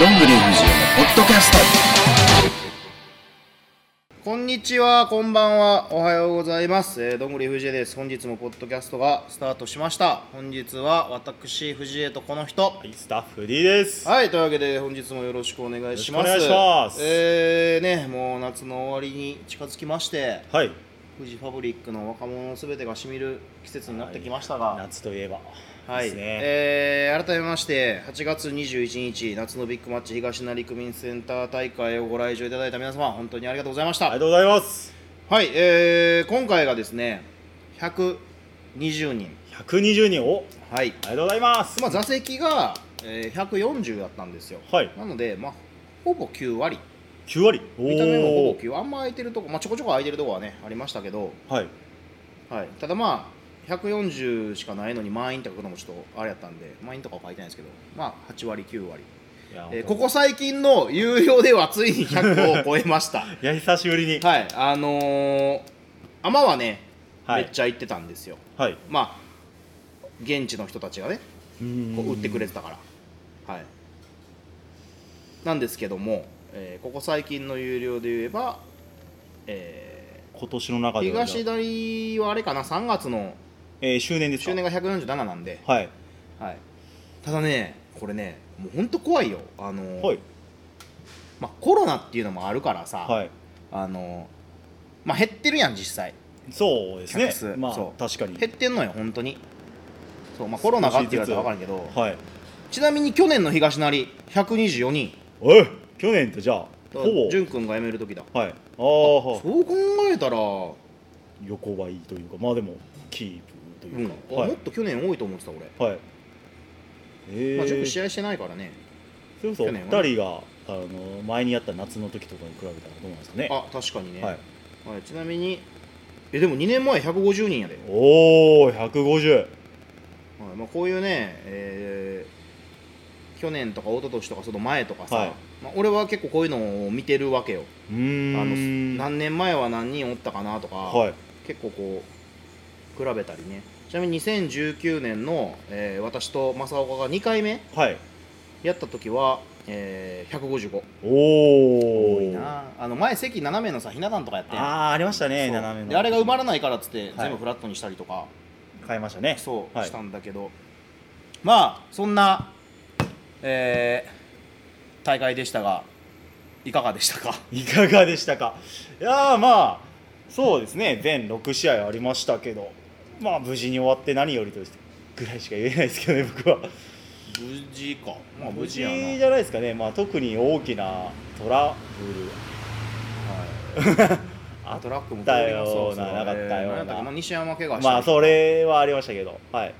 どんぐり藤枝のポッドキャストこんにちは、こんばんは、おはようございます。えー、どんぐり藤江です。本日もポッドキャストがスタートしました。本日は私、藤江とこの人。はい、スタッフ D です。はい、というわけで本日もよろしくお願いします。よろしくお願いしますえー、ね、もう夏の終わりに近づきまして、はい。富士ファブリックの若者のすべてがしみる季節になってきましたが、はい、夏といえば。ですね。えー改めまして、8月21日、夏のビッグマッチ東成区民センター大会をご来場いただいた皆様、本当にありがとうございました。ありがとうございます。はい、えー、今回がですね、120人、 120人を。はい、ありがとうございます。まあ、座席が、えー、140だったんですよ、はいなので、まあ、ほぼ9割、 9割。お見た目もほぼー9割、あんま空いてるとこ、まあ、ちょこちょこ空いてるとこはね、ありましたけど、はい。はい、ただまあ、140しかないのに満員って書くのもちょっとあれやったんで、満員とかは書いてないんですけど、まあ、8割、9割、いやえーここ最近の有料ではついに100を超えま した。いや、久しぶりに。はい、あのー、アマはね、はいめっちゃ行ってたんですよ。はい。まあ現地の人たちがねうこう売んってくれてたからはいなんですけども、えーここ最近の有料で言えば、え今年のー中では。東大はあれかな3月のえー、周年ですか。周年が147なんで、はい。はい、ただねこれねもうほんと怖いよあのーはい。まあ、コロナっていうのもあるからさ、はい。あのーまあ、減ってるやん実際そうですね客数。まあそ、う確かに。減ってんのよ本当にそう、まあ、コロナがって言われたら分かるけど、はい。ちなみに去年の東成124人え去年とじゃあ、ほぼ。潤君が辞める時だはい。ああ、そはう考えたら、う横ばいというか、まあでも、キープといんうか。あはいもっ。と去年多いと思ってた俺、はい。えまあ、え塾。試合してないからねそれこそ去お年二はね人があの前にやった夏の時とかに比べたらどうなんですかねあ確かにね、ははいいちなみにえでも2年前150人やで、おお150はいまあ、こういうね、えー去年とか一昨年とかその前とかさ、はいまあ、俺は結構こういうのを見てるわけようあのーん何年前は何人おったかなとか、はい結構こう比べたりねちなみに2019年の、えー私と正岡が2回目はいやった時は、えー、155おお多いなあの前席斜めのさひな壇とかやってんあーありましたねそう斜めのであれが埋まらないからっつってはい全部フラットにしたりとか、買いましたねそう、はいしたんだけどまあそんな、えー大会でしたがいかがでしたかいかがでしたかいやーまあそうですね全6試合ありましたけどまあ無事に終わって何よりとしてぐらいしか言えないですけどね僕は無事かまあ無無事事じやゃなないですかねまあ特に大きなトラブル あトラックもあったようなそうそうなかったようなえー何やったっけまあ、西山怪我したりとかまあそれはありましたけどはい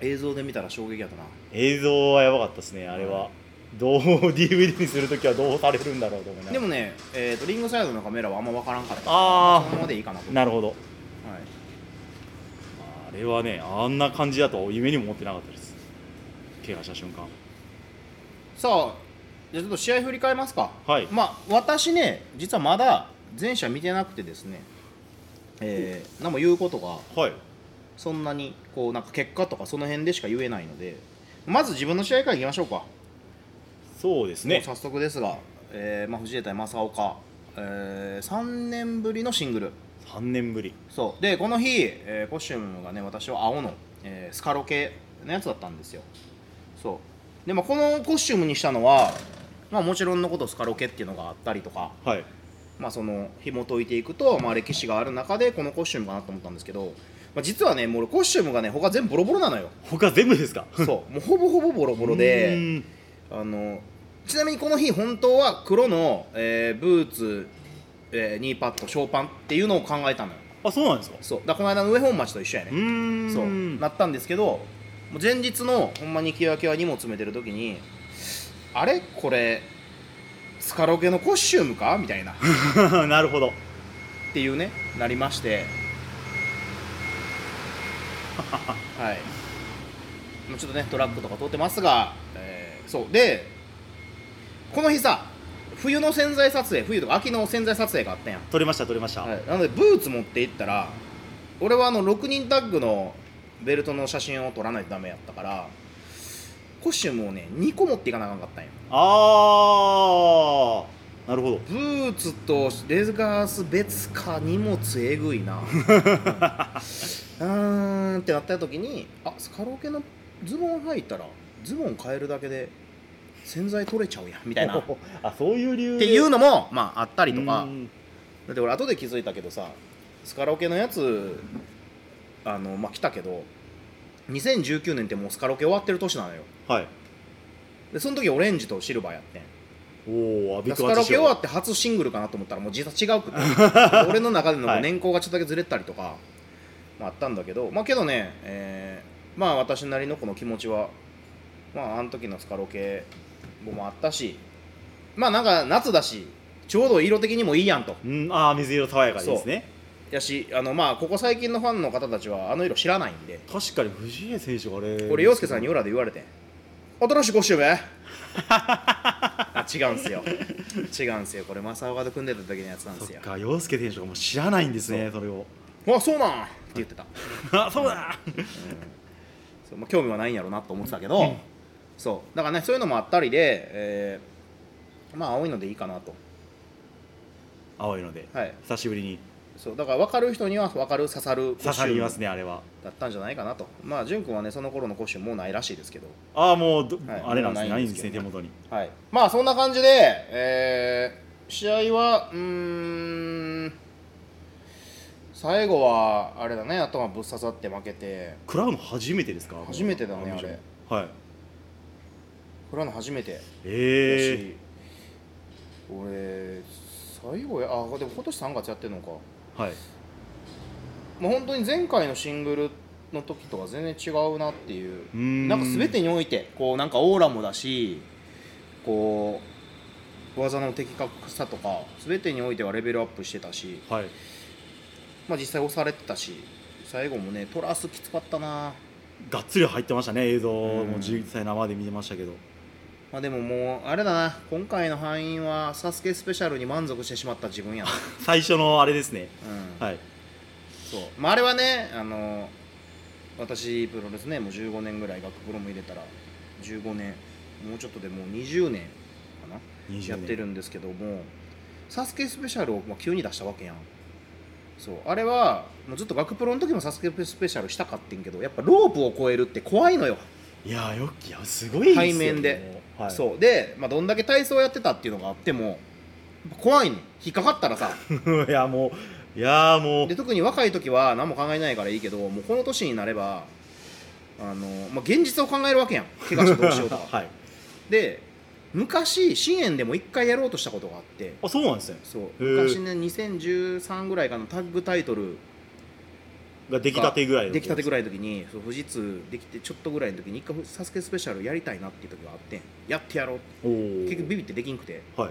映像で見たら衝撃やったな映像はやばかったですねあれは、はどう DVD にするときはどうされるんだろうと思いながでらもね、えー、とリングサイドのカメラはあんま分からんからあーそのままでいいかなと、はい、なるほどあれはねあんな感じだと夢にも思ってなかったです怪我した瞬間さあじゃあちょっと試合振り返りますかはいまあ私ね実はまだ全社見てなくてですねえー、何も言うことがはいそんなにこうなんか結果とかその辺でしか言えないのでまず自分の試合からいきましょうか、そうですもうね早速ですが、えーまあ、藤枝対正岡、えー、3年ぶりのシングル3年ぶりそうでこの日、えーコスチュームがね私は青の、えースカロ系のやつだったんですよそうでもこのコスチュームにしたのはまあもちろんのことスカロケっていうのがあったりとかはいまあその紐解いていくと、まあ、歴史がある中でこのコスチュームかなと思ったんですけど、まあ、実はねもう俺コスチュームがね他全部ボロボロなのよ他全部ですかそうもうほぼほぼボロボロうーでんあのちなみにこの日本当は黒の、えーブーツ、えーニーパッドショーパンっていうのを考えたのよあそうなんですかそうだからこの間の上本町と一緒やねうーんそう なったんですけどもう前日のほんまにキワキワ荷物詰めてる時にあれこれスカロケのコスチュームかみたいなっなるほどていうねなりまして はいもうちょっとねトラックとか通ってますが、えーそうでこの日さ冬の洗剤撮影冬とか秋の洗剤撮影があったやん撮れました撮れました、はい、なのでブーツ持っていったら俺はあの6人タッグのベルトの写真を撮らないとダメやったからコスチュームをね2個持っていかなあかんかったんよあーなるほどブーツとレガース別か荷物えぐいなうんうーんってなった時にあスカロケのズボン履いたらズボン変えるだけで洗剤取れちゃうやんみたいなっ あそういう理由ていうののもまああったりとかだって俺後で気づいたけどさスカラオケのやつあのまあ来たけど2019年ってもうスカラオケ終わってる年なのよはいでその時オレンジとシルバーやってんおおスカラオケ終わって初シングルかなと思ったらもう実は違う くて俺の中ではのい年功がちょっとだけずれてたりとか、まあ、あったんだけどまあけどね、えーまあ私なりのこの気持ちはまああの時のスカラオケもあったしまあなんか夏だしちょうど色的にもいいやんとうんああ水色爽やかでいいですねやしあのまあここ最近のファンの方たちはあの色知らないんで確かに藤江選手があれ俺洋介さんに裏で言われてん「新しいコスチュー ム?あ」違うんすよ違うんすよこれ正岡と組んでた時のやつなんでそっすよか洋介選手がもう知らないんですねそれを「あそうなん!」って言ってたあそうだそう、まあ、興味はないんやろうなと思ってたけど、そうだからねそういうのもあったりで、えーまあ青いのでいいかなと青いのではい久しぶりにそうだから分かる人には分かる刺さるコス刺チさュりーますムねあれはだったんじゃないかなとまあ潤君はねその頃のコスチュームもうないらしいですけどああもうどはいあれなんですもうねなないいんんでですすねけ手ど元にはい、まあそんな感じで、えー試合はうーん最後はあれだね頭ぶっ刺さって負けて食らうの初めてですか初めてだねあれはいこれはの初めてだし、え俺最後やあでも今年3月やってるのかえはいもう本当に前回のシングルの時とは全然違うなっていううーんなんか全てにおいてこうなんかオーラもだしこう技の的確さとか全てにおいてはレベルアップしてたしはいまあ、実際押されてたし最後もねトラスきつかったな、がっつり入ってましたね映像うんもう実際生で見てましたけどまあ、でももうあれだな今回の敗因は「サスケスペシャルに満足してしまった自 分やな、最初のあれですねうんはいそうまあ、あれはねあの私プロレスねもう15年ぐらい学プロも入れたら15年もうちょっとでもう20年かな20年やってるんですけども「サスケスペシャルをまあ急に出したわけやんそうあれはもうずっと学プロの時も「サスケスペシャルしたかってんけどやっぱロープを越えるって怖いのよいやーよくいやすごいですよね対面で、はい、うそうで、まあ、どんだけ体操やってたっていうのがあっても怖いねん引っかかったらさ いやもういやーもでう特に若い時は何も考えないからいいけどもうこの年になればあの、まあ、現実を考えるわけやん怪我してどうしようとか はいで昔支援でも1回やろうとしたことがあってあそうなんですねそうー昔ね2013ぐらいかのタッグタイトルが出来たてぐらいのできたてぐらいらいの時にそう富士通できてちょっとぐらいの時に一回「サスケスペシャルやりたいなっていう時があってやってやろうっておー結局ビビってできんくてはい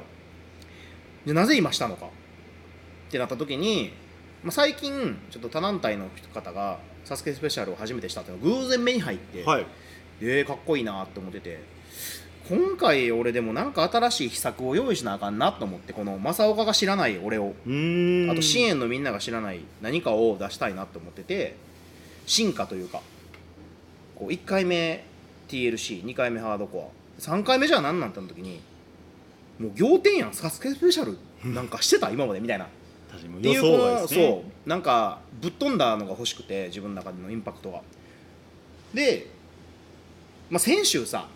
じゃあなぜ今したのかってなった時に、まあ、最近ちょっと他団体の方が「サスケスペシャルを初めてしたっていうのが偶然目に入って、はいえーかっこいいなと思ってて今回俺でもなんか新しい秘策を用意しなあかんなと思ってこの正岡が知らない俺をうーんあと支援のみんなが知らない何かを出したいなと思ってて進化というかこう1回目 TLC2 回目ハードコア3回目じゃあ何なんての時にもう仰天やんサスケスペシャルなんかしてた今までみたいなっ確かにもうて予いう想こ外でのすねそうなんかぶっ飛んだのが欲しくて自分の中でのインパクトがで、まあ、先週さ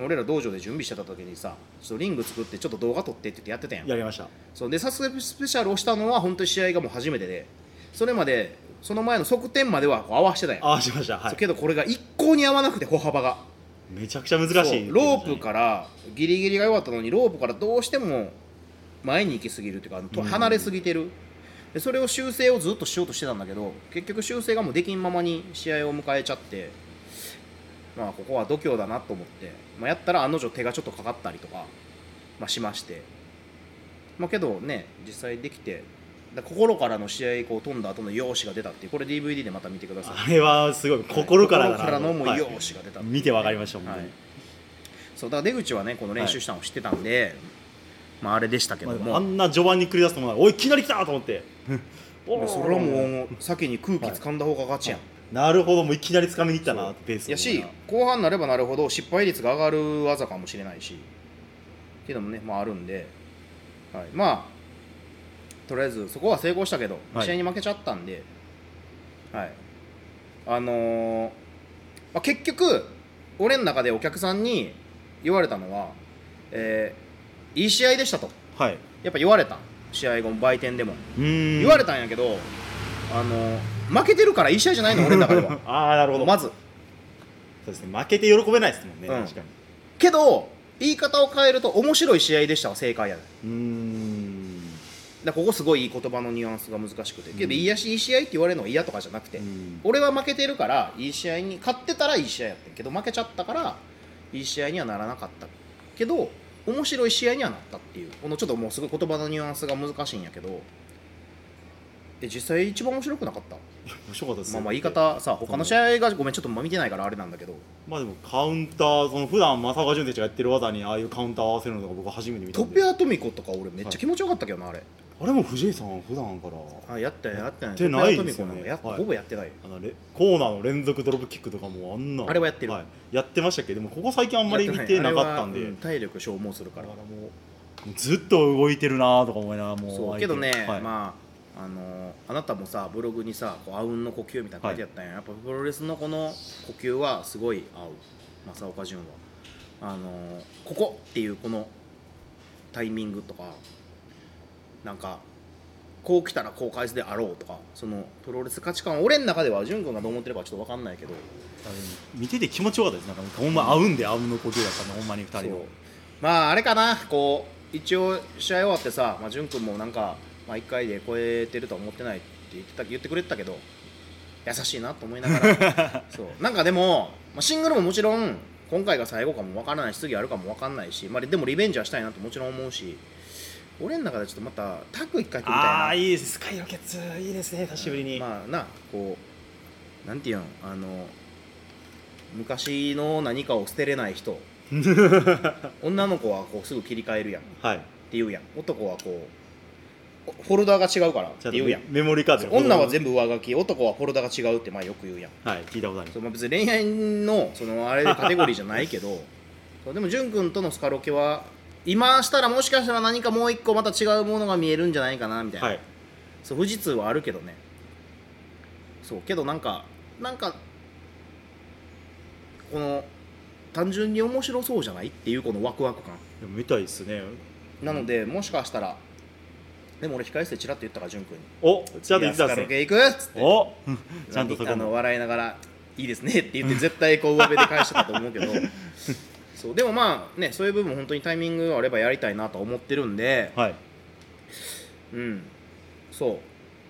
俺ら道場で準備してた時にさちょっとリング作ってちょっと動画撮ってって言ってやってたやんやりましたそうでサスケスペシャルをしたのは本当に試合がもう初めてでそれまでその前の側転まではこう合わせてたやん、ああしましたはそういけどこれが一向に合わなくて歩幅がめちゃくちゃ難しいそうロープからギリギリが弱かったのにロープからどうしても前に行きすぎるというかあのとうん離れすぎてる、でそれを修正をずっとしようとしてたんだけど結局修正がもうできんままに試合を迎えちゃってまあここは度胸だなと思って、まあ、やったら案の定手がちょっとかかったりとか、まあ、しましてまあけどね実際できてだ心からの試合以降飛んだ後の容姿が出たっていうこれ DVD でまた見てくださいあれはすごい心からだな心からのもうはい容姿が出たっていうね、見てわかりましたもんね、はいそうだから出口はねこの練習したのを知ってたんで、まああれでしたけまどあでも、もあんな序盤に繰り出すと思わないおいいきなり来たと思ってそれはもう先に空気掴んだ方が勝ちやん、なるほどもういきなり掴みに行ったなベースやしの方後半になればなるほど失敗率が上がる技かもしれないしっていうのもね、まあ、あるんで、はい、まあとりあえずそこは成功したけど、はい試合に負けちゃったんで、はい、あのーまあ、結局俺の中でお客さんに言われたのは、えーいい試合でしたとなはいやっぱ言われた試合後も売店でも、うーん言われたんやけどあのー負けてるからいい試合じゃないの俺の中ではあ あなるほどまずそうですね負けて喜べないですもんね、うん確かにけど言い方を変えると面白い試合でしたは正解やねうーんだからここすごいいい言葉のニュアンスが難しくて、けどいいやしいい試合って言われるのが嫌とかじゃなくて、うん俺は負けてるからいい試合に勝ってたらいい試合やってんけど負けちゃったからいい試合にはならなかったけど面白い試合にはなったっていうこのちょっともうすごい言葉のニュアンスが難しいんやけどえ実際一番面白くなかった面白かったですまよあまあ言い方さ他の試合がごめんちょっと見てないからあれなんだけどまあでもカウンターその普段正岡潤選手がやってる技にああいうカウンター合わせるのとか僕初めて見たトんでピアトミコとか俺めっちゃ気持ちよかったけどなあれあれも藤井さん普段からあやったよやったよやってないトでミすコよなねんかやっはいほぼやってないよあのレコーナーの連続ドロップキックとかもあんなあれはやってるいやってましたけどでもここ最近あんまり見てなかったんで、あれはう体力消耗するかだらからもうもうずっと動いてるなとか思いながらもそうけどね、はいまああのあなたもさブログにさこうあうんの呼吸みたいなの書いてあったんや、やっぱプロレスのこの呼吸はすごい合う正岡潤はあのここっていうこのタイミングとかなんかこう来たらこう返すであろうとかそのプロレス価値観俺の中では潤君がどう思ってるかちょっと分かんないけどあの見てて気持ちよかったですなんかほんま合うんで合うの呼吸だったねほんまに二人そうのまああれかなこう一応試合終わってさ、まあ、潤君もなんか、まあ、1回で超えてるとは思ってないって言ってた言ってくれてたけど優しいなと思いなが らそうなんかでも、まあ、シングルももちろん今回が最後かもわからないし次あるかもわかんないし、まあ、でもリベンジはしたいなともちろん思うし俺の中でちょっとまたタッグ1回組みたいなああいいですスカイロケッツいいですね久しぶりに、まあなこうなんていうのあの昔の何かを捨てれない 人女の子はこうすぐ切り替えるやんっはいていうやん男はこうフォルダが違うからっちてゃん言うやとんメモリーカードに女は全部上書き男はフォルダが違うってまあよく言うやんはい聞いたことありますそう、まあ、別に恋愛のそのあれカテゴリーじゃない けどそうでも潤君とのスカロケは今したらもしかしたら何かもう一個また違うものが見えるんじゃないかなみたいな、はいそう富士通はあるけどねそうけどなんかなんかこの単純に面白そうじゃないっていうこのワクワク感でも見たいですねなので、もしかしたらでも俺控え室でチラッと言ったから淳君にお「ちゃんと言ってたいやスカラんでオすねケ行く?」っつって おちゃんとそこあのも笑いながら「いいですね」って言って絶対こう上辺で返してたと思うけ どそうでもまあねそういう部分本当にタイミングがあればやりたいなとは思ってるんで、はいうんそ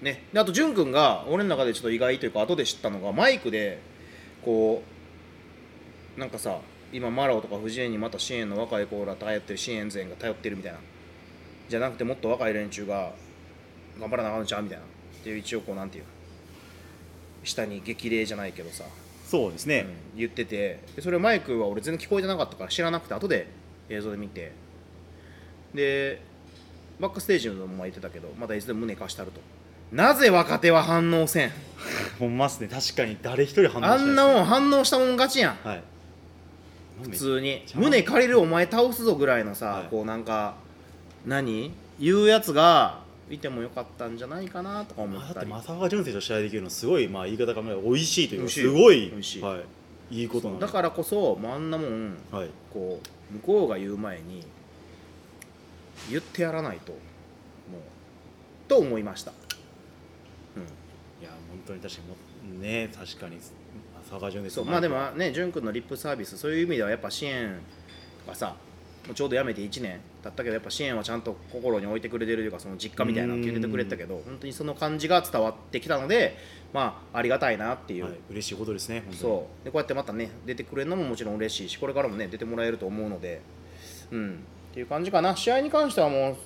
うねであと潤君が俺の中でちょっと意外というか後で知ったのがマイクでこうなんかさ今マラオとか藤井にまた支援の若い子ら頼ってる支援勢が頼ってるみたいなじゃなくてもっと若い連中が頑張らなあかんのちゃうみたいなっていう一応こうなんていう下に激励じゃないけどさ、そうですうねん、言っててでそれをマイクは俺全然聞こえてなかったから知らなくて後で映像で見てでバックステージのまま言ってたけどまだいつでも胸貸したるとなぜ若手は反応せんほんまっすね確かに誰一人反応しあいですねんなもん反応したもん勝ちやんはい普通にちゃ胸借りるお前倒すぞぐらいのさ、はいこうなんか何言うやつがいてもよかったんじゃないかなとか思まあっだたってり正岡潤選手と試合できるのすごいまあ言い方が美味しいという美か味しいすごい美味しいはいいいことなんでだからこそもうあんなもんはいこう向こうが言う前に言ってやらないともうと思いました、うん、いや本当に確かにもね確かに正岡潤選手そうまあでもね潤君のリップサービスそういう意味ではやっぱ支援がさもうちょうど辞めて1年だったけどやっぱ支援はちゃんと心に置いてくれてるというかその実家みたいなのって言ってくれてたけど本当にその感じが伝わってきたのでまあありがたいなっていう、はい嬉しいことですね本当にそうでこうやってまたね出てくれるのももちろん嬉しいしこれからもね出てもらえると思うのでうんっていう感じかな試合に関してはもう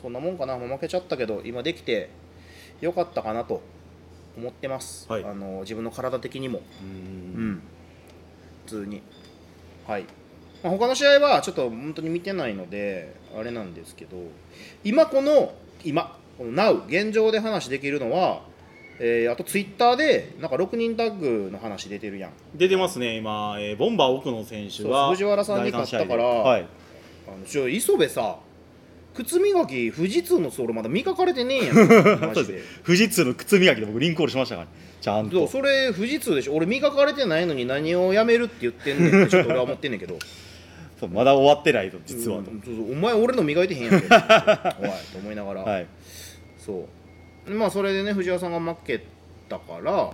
そんなもんかなもう負けちゃったけど今できてよかったかなと思ってます、はいあの自分の体的にもうーんうん普通にはい、まあ、他の試合はちょっと本当に見てないのであれなんですけど今この今この Now 現状で話できるのはえーあとツイッターでなんか6人タッグの話出てるやん出てますね今、えーボンバー奥野選手そうが藤原さんに勝ったから第三試合ではい、あのちょ磯部さ靴磨き富士通のソールまだ磨かれてねえや んマそうジでです富士通の靴磨きで僕リンクオールしましたから、ね、ちゃんそとうそれ富士通でしょ俺磨かれてないのに何をやめるって言ってんねんってちょっと俺は思ってんねんけどそうまだ終わってないと 実はうんと、そうそうお前俺の磨いてへんや んけおいと思いながら、はい、そうまあそれでね藤原さんが負けたから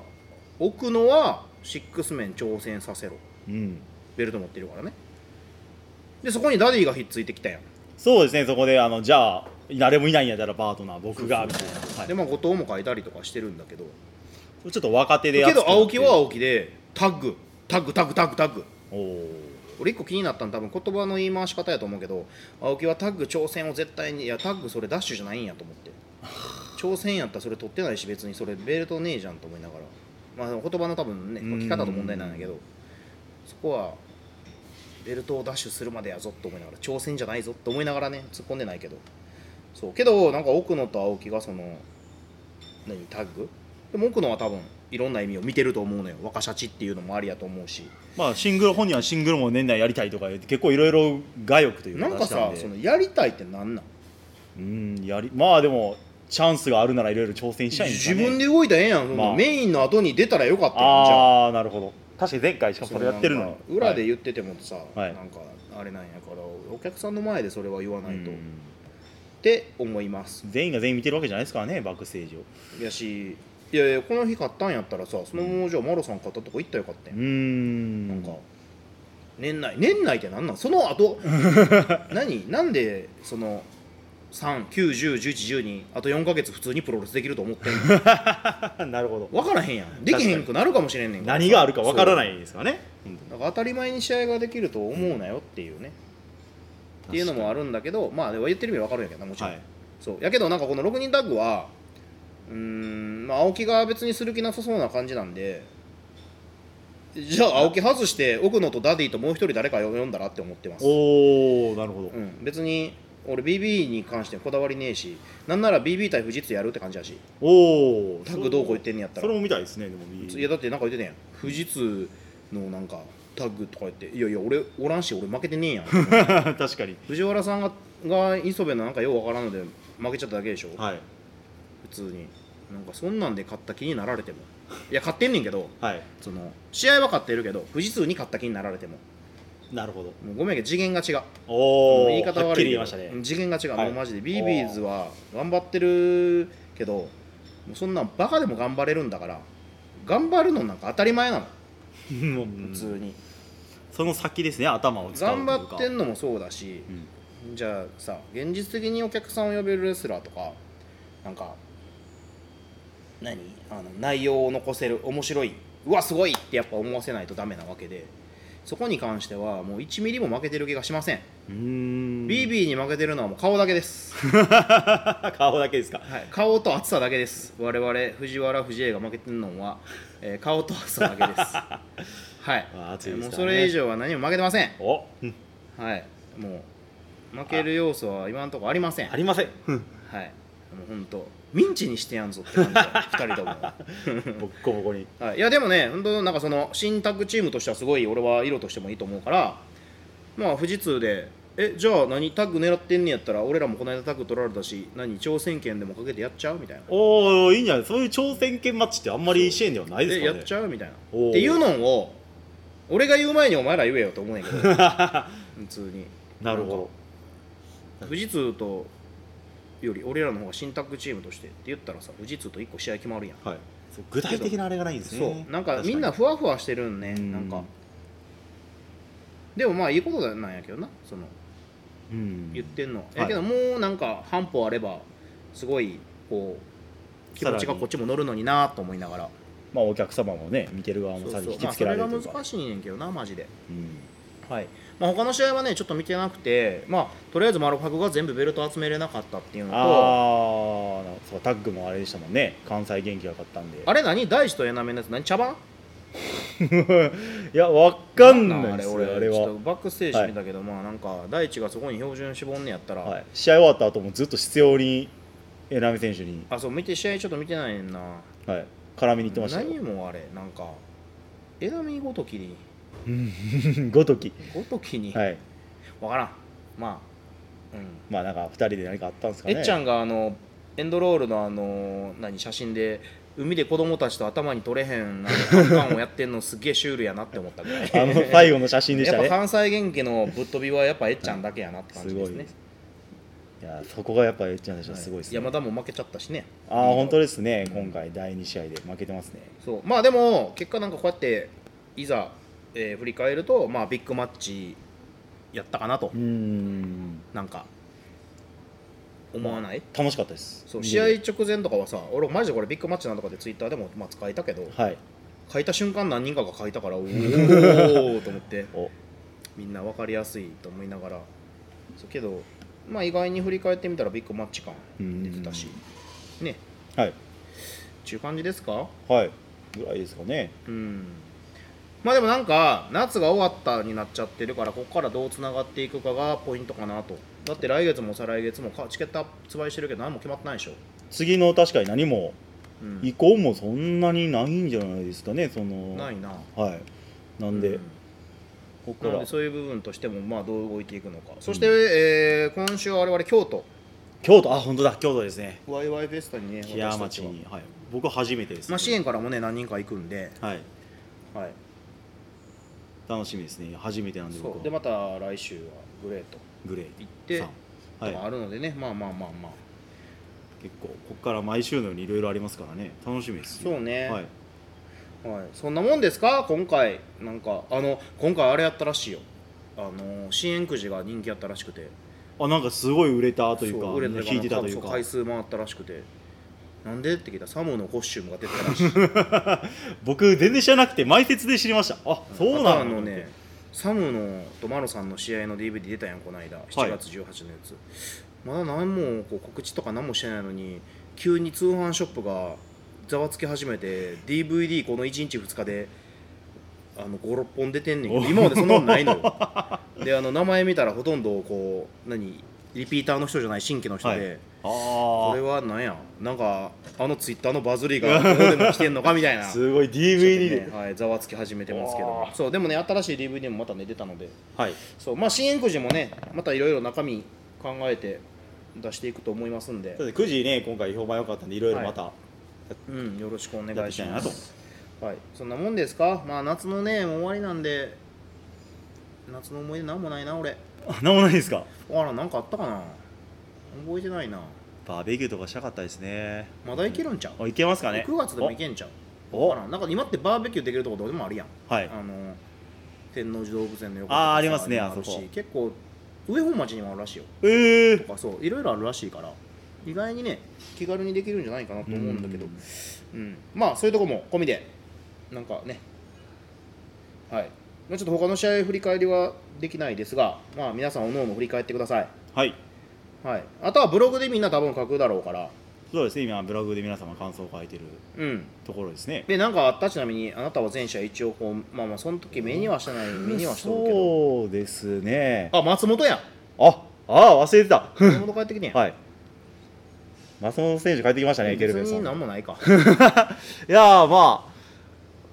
奥野はシックスメン挑戦させろうん、ベルト持ってるからねでそこにダディがひっついてきたやん、そうですねそこであのじゃあ誰もいないんやったらパートナー僕がみたいなはいでまあ後藤も書いたりとかしてるんだけどちょっと若手でけど青木はお青木でタッグタッグタッグタッグタッグお俺一個気になったの多分言葉の言い回し方やと思うけど青木はタッグ挑戦を絶対にいやタッグそれダッシュじゃないんやと思って挑戦やったらそれ取ってないし別にそれベルトねえじゃんと思いながらまあ言葉の多分ね書き方の問題なんだけどそこはベルトをダッシュするまでやぞと思いながら挑戦じゃないぞと思いながらね突っ込んでないけどそうけどなんか奥野と青木がその何タッグでも奥野は多分いろんな意味を見てると思うのよ若シャチっていうのもありやと思うしまあシングル本人はシングルも年内やりたいとか言って結構いろいろ我欲というなんか出したさんでそのやりたいってなんなんうんやりまあでもチャンスがあるならいろいろ挑戦したいんですか自ね分で動いたらええやん、そんなまあメインの後に出たらよかったやんじゃあああなるほど確かに前回しかもそれやってるなんのか裏で言言っててもさ、はいなんかあれなんやからお客さんの前でそれは言わわないと、って思います全員が全員見てるわけじゃないですからねバックステージをやしいやいやこの日買ったんやったらさそのままじゃあマロさん買ったとこ行ったらよかったうやん、ーんなんか年内年内ってなんなんその後何なんでその3910111あと4ヶ月普通にプロレスできると思ってんの なるほど分からへんやんできへんくなるかもしれんねんからさ何があるかわかそらうないですからねなんか当たり前に試合ができると思うなよっていうね、っていうのもあるるんだけどまあでも言ってる意味わかるんやけどなもちろん、はいそうやけどなんかこの6人タッグはうーん、まあ、青木が別にする気なさそうな感じなんでじゃあ青木外して奥野とダディともう一人誰か呼んだらって思ってます、うおおなるほどん、別に俺 BB に関してこだわりねえしなんなら BB 対富士通やるって感じやしおおタッグどうこう言ってんねやったそられも見たいですねでもいいやだってなんか言ってたやん富士通のなんかタッグとか言っていやいや俺おらんし俺負けてねえ やん確かに藤原さんがが磯部のなんかようわからんので負けちゃっただけでしょ、はい普通になんかそんなんで勝った気になられてもいや勝ってんねんけどはいその試合は勝ってるけど富士通に勝った気になられてもなるほどもうごめんけど次元が違うおお言い方はっ悪きいけり言いどましたね次元が違う、はいもうマジで BBs は頑張ってるけどもうそんなんバカでも頑張れるんだから頑張るのなんか当たり前なの もう普通に、その先ですね頭を使うとい頑う張かってんのもそうだし、うんじゃあさ現実的にお客さんを呼べるレスラーとかなんか何あの内容を残せる面白いうわすごいってやっぱ思わせないとダメなわけでそこに関してはもう1ミリも負けてる気がしません、うーん BB に負けてるのはもう顔だけです、 顔だけですかはい、顔と厚さだけです我々藤原藤江が負けてるのは、えー顔と厚さだ けですはいあー熱いですからもねうそれ以上は何も負けてませんおうんはいもう負ける要素は今のところありませんありませんはい、もう本当ミンチにしてやんぞって感じだ2人とも、ボッコボコに はい、いやでもね本当なんかその新タッグチームとしてはすごい俺は色としてもいいと思うからまあ富士通でえじゃあ何タッグ狙ってんねやったら俺らもこの間タッグ取られたし何挑戦権でもかけてやっちゃうみたいなおおいいんじゃないそういう挑戦権マッチってあんまり支援ではないですでからやっねちゃうみたいなおーっていうのを俺が言う前にお前ら言えよと思うんやけど普通に なるほ富士通とより俺らの方が新タッグチームとしてって言ったらさ富士通と1個試合決まるやんどはいそう具体的なあれがないんですそねうなんかみんな確ふわふわしてるんねうんなんかでもまあいいことなんやけどなそのにうん言ってんのは、いやけどもうなんか半歩あればすごいこう気持ちさがらにこっちも乗るのになと思いながらまあお客様もね見てる側そもうさそらにうま引きあつそけられれがるというか難しいねんけどなマジでうんはいまあ他の試合はねちょっと見てなくてまあとりあえずマロパクが全部ベルト集めれなかったっていうのとああそうタッグもあれでしたもんね関西元気が勝ったんであれ何大地とエナメのやつ何茶番いやわかんないあでれす俺よあれちょっはとバックステージ見たけど、まあなんか大地がそこに標準しぼんねやったら、はい試合終わった後もずっと執拗にえラミ選手に、あそう見て試合ちょっと見てないねんなはい、絡みに行ってました何よ。もあれなんか江波ごときにうん ごとき、ごときに、はい、分からんまあうんまあなんか2人で何かあったんですかえね。っちゃんがあのエンドロールのあの何写真で海で子供たちと頭に取れへんあのカンカンをやってんのすっげえシュールやなって思ったぐらいあ の最後の写真でしやたっぱね。関西元気のぶっ飛びはやっぱえっちゃんだけやなって感すじごでいすねで、す。いやそこがやっぱエッチャんでしはょいすごいですね。山田も負けちゃったしねああ本当ですね。今回第2試合で負けてますね。そうまあでも結果なんかこうやっていざ、えー振り返るとまあビッグマッチやったかなと、うーんなんか思わない楽しかったです。そう見試て合て直前とかはさ俺マジでこれビッグマッチなんとかでツイッターでもまあ使えたけど、はい。書いた瞬間何人かが書いたからお ーおーと思っておみんな分かりやすいと思いながらそうけどまあ意外に振り返ってみたらビッグマッチ感出てたしねはいちゅう感じですかはいぐらいですかね。うんまあでもなんか夏が終わったになっちゃってるからここからどうつながっていくかがポイントかなとだって来月も再来月もかチケット発売してるけど何も決まってないでしょ、次の確かに何もうん移行もそんなにないんじゃないですかね。そのないなはい。なんで、うんここなかのらでそういう部分としてもまあどう動いていくのか、そして、えー今週は我々京都京都あ本当だ京都ですね。ワイワイフェスタにね、木屋私た町ちはに、はい、僕初めてです、まあ、支援からもね、何人か行くんで、はいはい、楽しみですね初めてなんでそ僕うではまた来週はグレートグレー行って、さんはといかあるのでね、まあまあまあまあ、結構ここから毎週のようにいろいろありますからね楽しみですそうねはい、はい、そんなもんですか、今回、なんか、あの今回、あれやったらしいよ、あの支援くじが人気やったらしくて、あなんかすごい売れたというかそう売れた引いてたというそうか回数回ったらしくて、なんでって聞いたら、サムのコスチュームが出てたらしい、僕全然知らなくて前説で知りましたあそうあとなあののね、サムのとマロさんの試合の DVD 出たやん、この間、7月18のやつ、まだ何もこう告知とか何もしてないのに、急に通販ショップがざわつき始めて、DVD この1日、2日であの5、6本出てんねんけど、今までそんなことないのよ。 で、あの名前見たら、ほとんどこう、何、リピーターの人じゃない、新規の人で。はいこあれあはなんやなんかあのツイッターのバズり がここでも来てんのかみたいなすごいちょっ DVD で、とねはい、ざわつき始めてますけどあーそうでもね新しい DVD もまたね出たのではいそうまあ新円くじもねまたいろいろ中身考えて出していくと思いますんでだ、って9時ね今回評判良かったんでいろいろまた、うん、よろしくお願いしやまっていきすはいそんなもんですかまあ夏のねもう終わりなんで夏の思い出なんもないな俺あなんもないですかあらなんかあったかな覚えてないなバーベキューとかしたかったですねまだいけるんちゃうあいけますかね9月でもいけんちゃうおわからんなんか今ってバーベキューできるとこどうでもあるやんおはいあの天王寺動物園の横あーとかありますねにもるあそこし結構上本町にもあるらしいよえーとかそういろいろあるらしいから意外にね気軽にできるんじゃないかなと思うんだけど、うんまあそういうとこも込みでなんかねはいまあちょっと他の試合振り返りはできないですが、まあ、皆さんおのおの振り返ってください、はいはい、あとはブログでみんな多分書くだろうからそうですね今ブログで皆様感想を書いてるうんところですねでなんかあったちなみにあなたは全試合一応こうまあまあその時目にはしてない目にはしてるけどそうですねあ松本やんああ忘れてた 松本帰ってきてんやんはい松本選手帰ってきましたねケルベン別さにん い何もないかやーまあ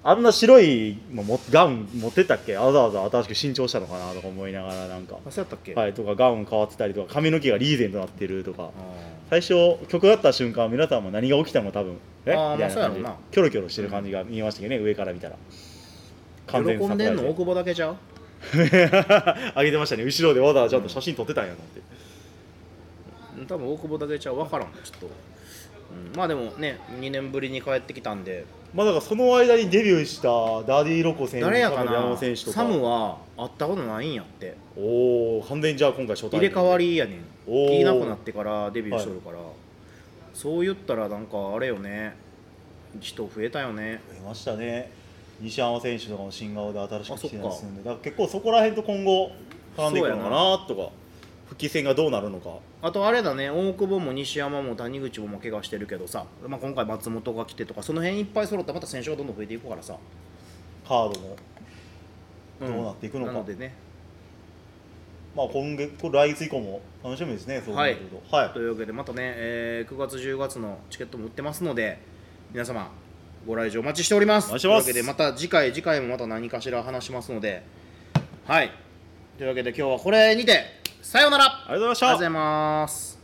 あんな白いのもガウン持ってったっけわざわざ新しく新調したのかなとか思いながらなんかあそうやったっけ、はいとかガウン変わってたりとか髪の毛がリーゼントになってるとかあ最初曲だった瞬間皆さんも何が起きたの多分えあーみたいなまあそう感じやろでなキョロキョロしてる感じが見えましたけどね上から見たら完全ーに喜んサプでライんズの 大久保だけちゃうあげてましたね後ろでわざわざちゃんと写真撮ってたんやと思って、うん多分大久保だけちゃう分からんちょっと、うん、まあでもね2年ぶりに帰ってきたんでまあだからその間にデビューしたダディロコ選手誰やか山な本選手とかサムは会ったことないんやっておお完全にじゃあ今回初対入面れ替わりやねんおーいなくなってからデビューしとるから、そう言ったらなんかあれよね人増えたよね増えましたね西山選手とかも新顔で新しく来てあそっかますんでだから結構そこら辺と今後絡んでいくのかそうなとか復帰戦がどうなるのかあとあれだね大久保も西山も谷口も怪我してるけどさ、まあ、今回松本が来てとかその辺いっぱい揃ったらまた選手がどんどん増えていくからさ、カードもうんどうなっていくのかなのでねまあ今月これ来月以降も楽しみですねそうなるとはいというわけでまたね、えー9月10月のチケットも売ってますので皆様ご来場お待ちしておりますお願いしますというわけでまた次回次回もまた何かしら話しますのではいというわけで今日はこれにてさようならありがとうございましありがとうたございます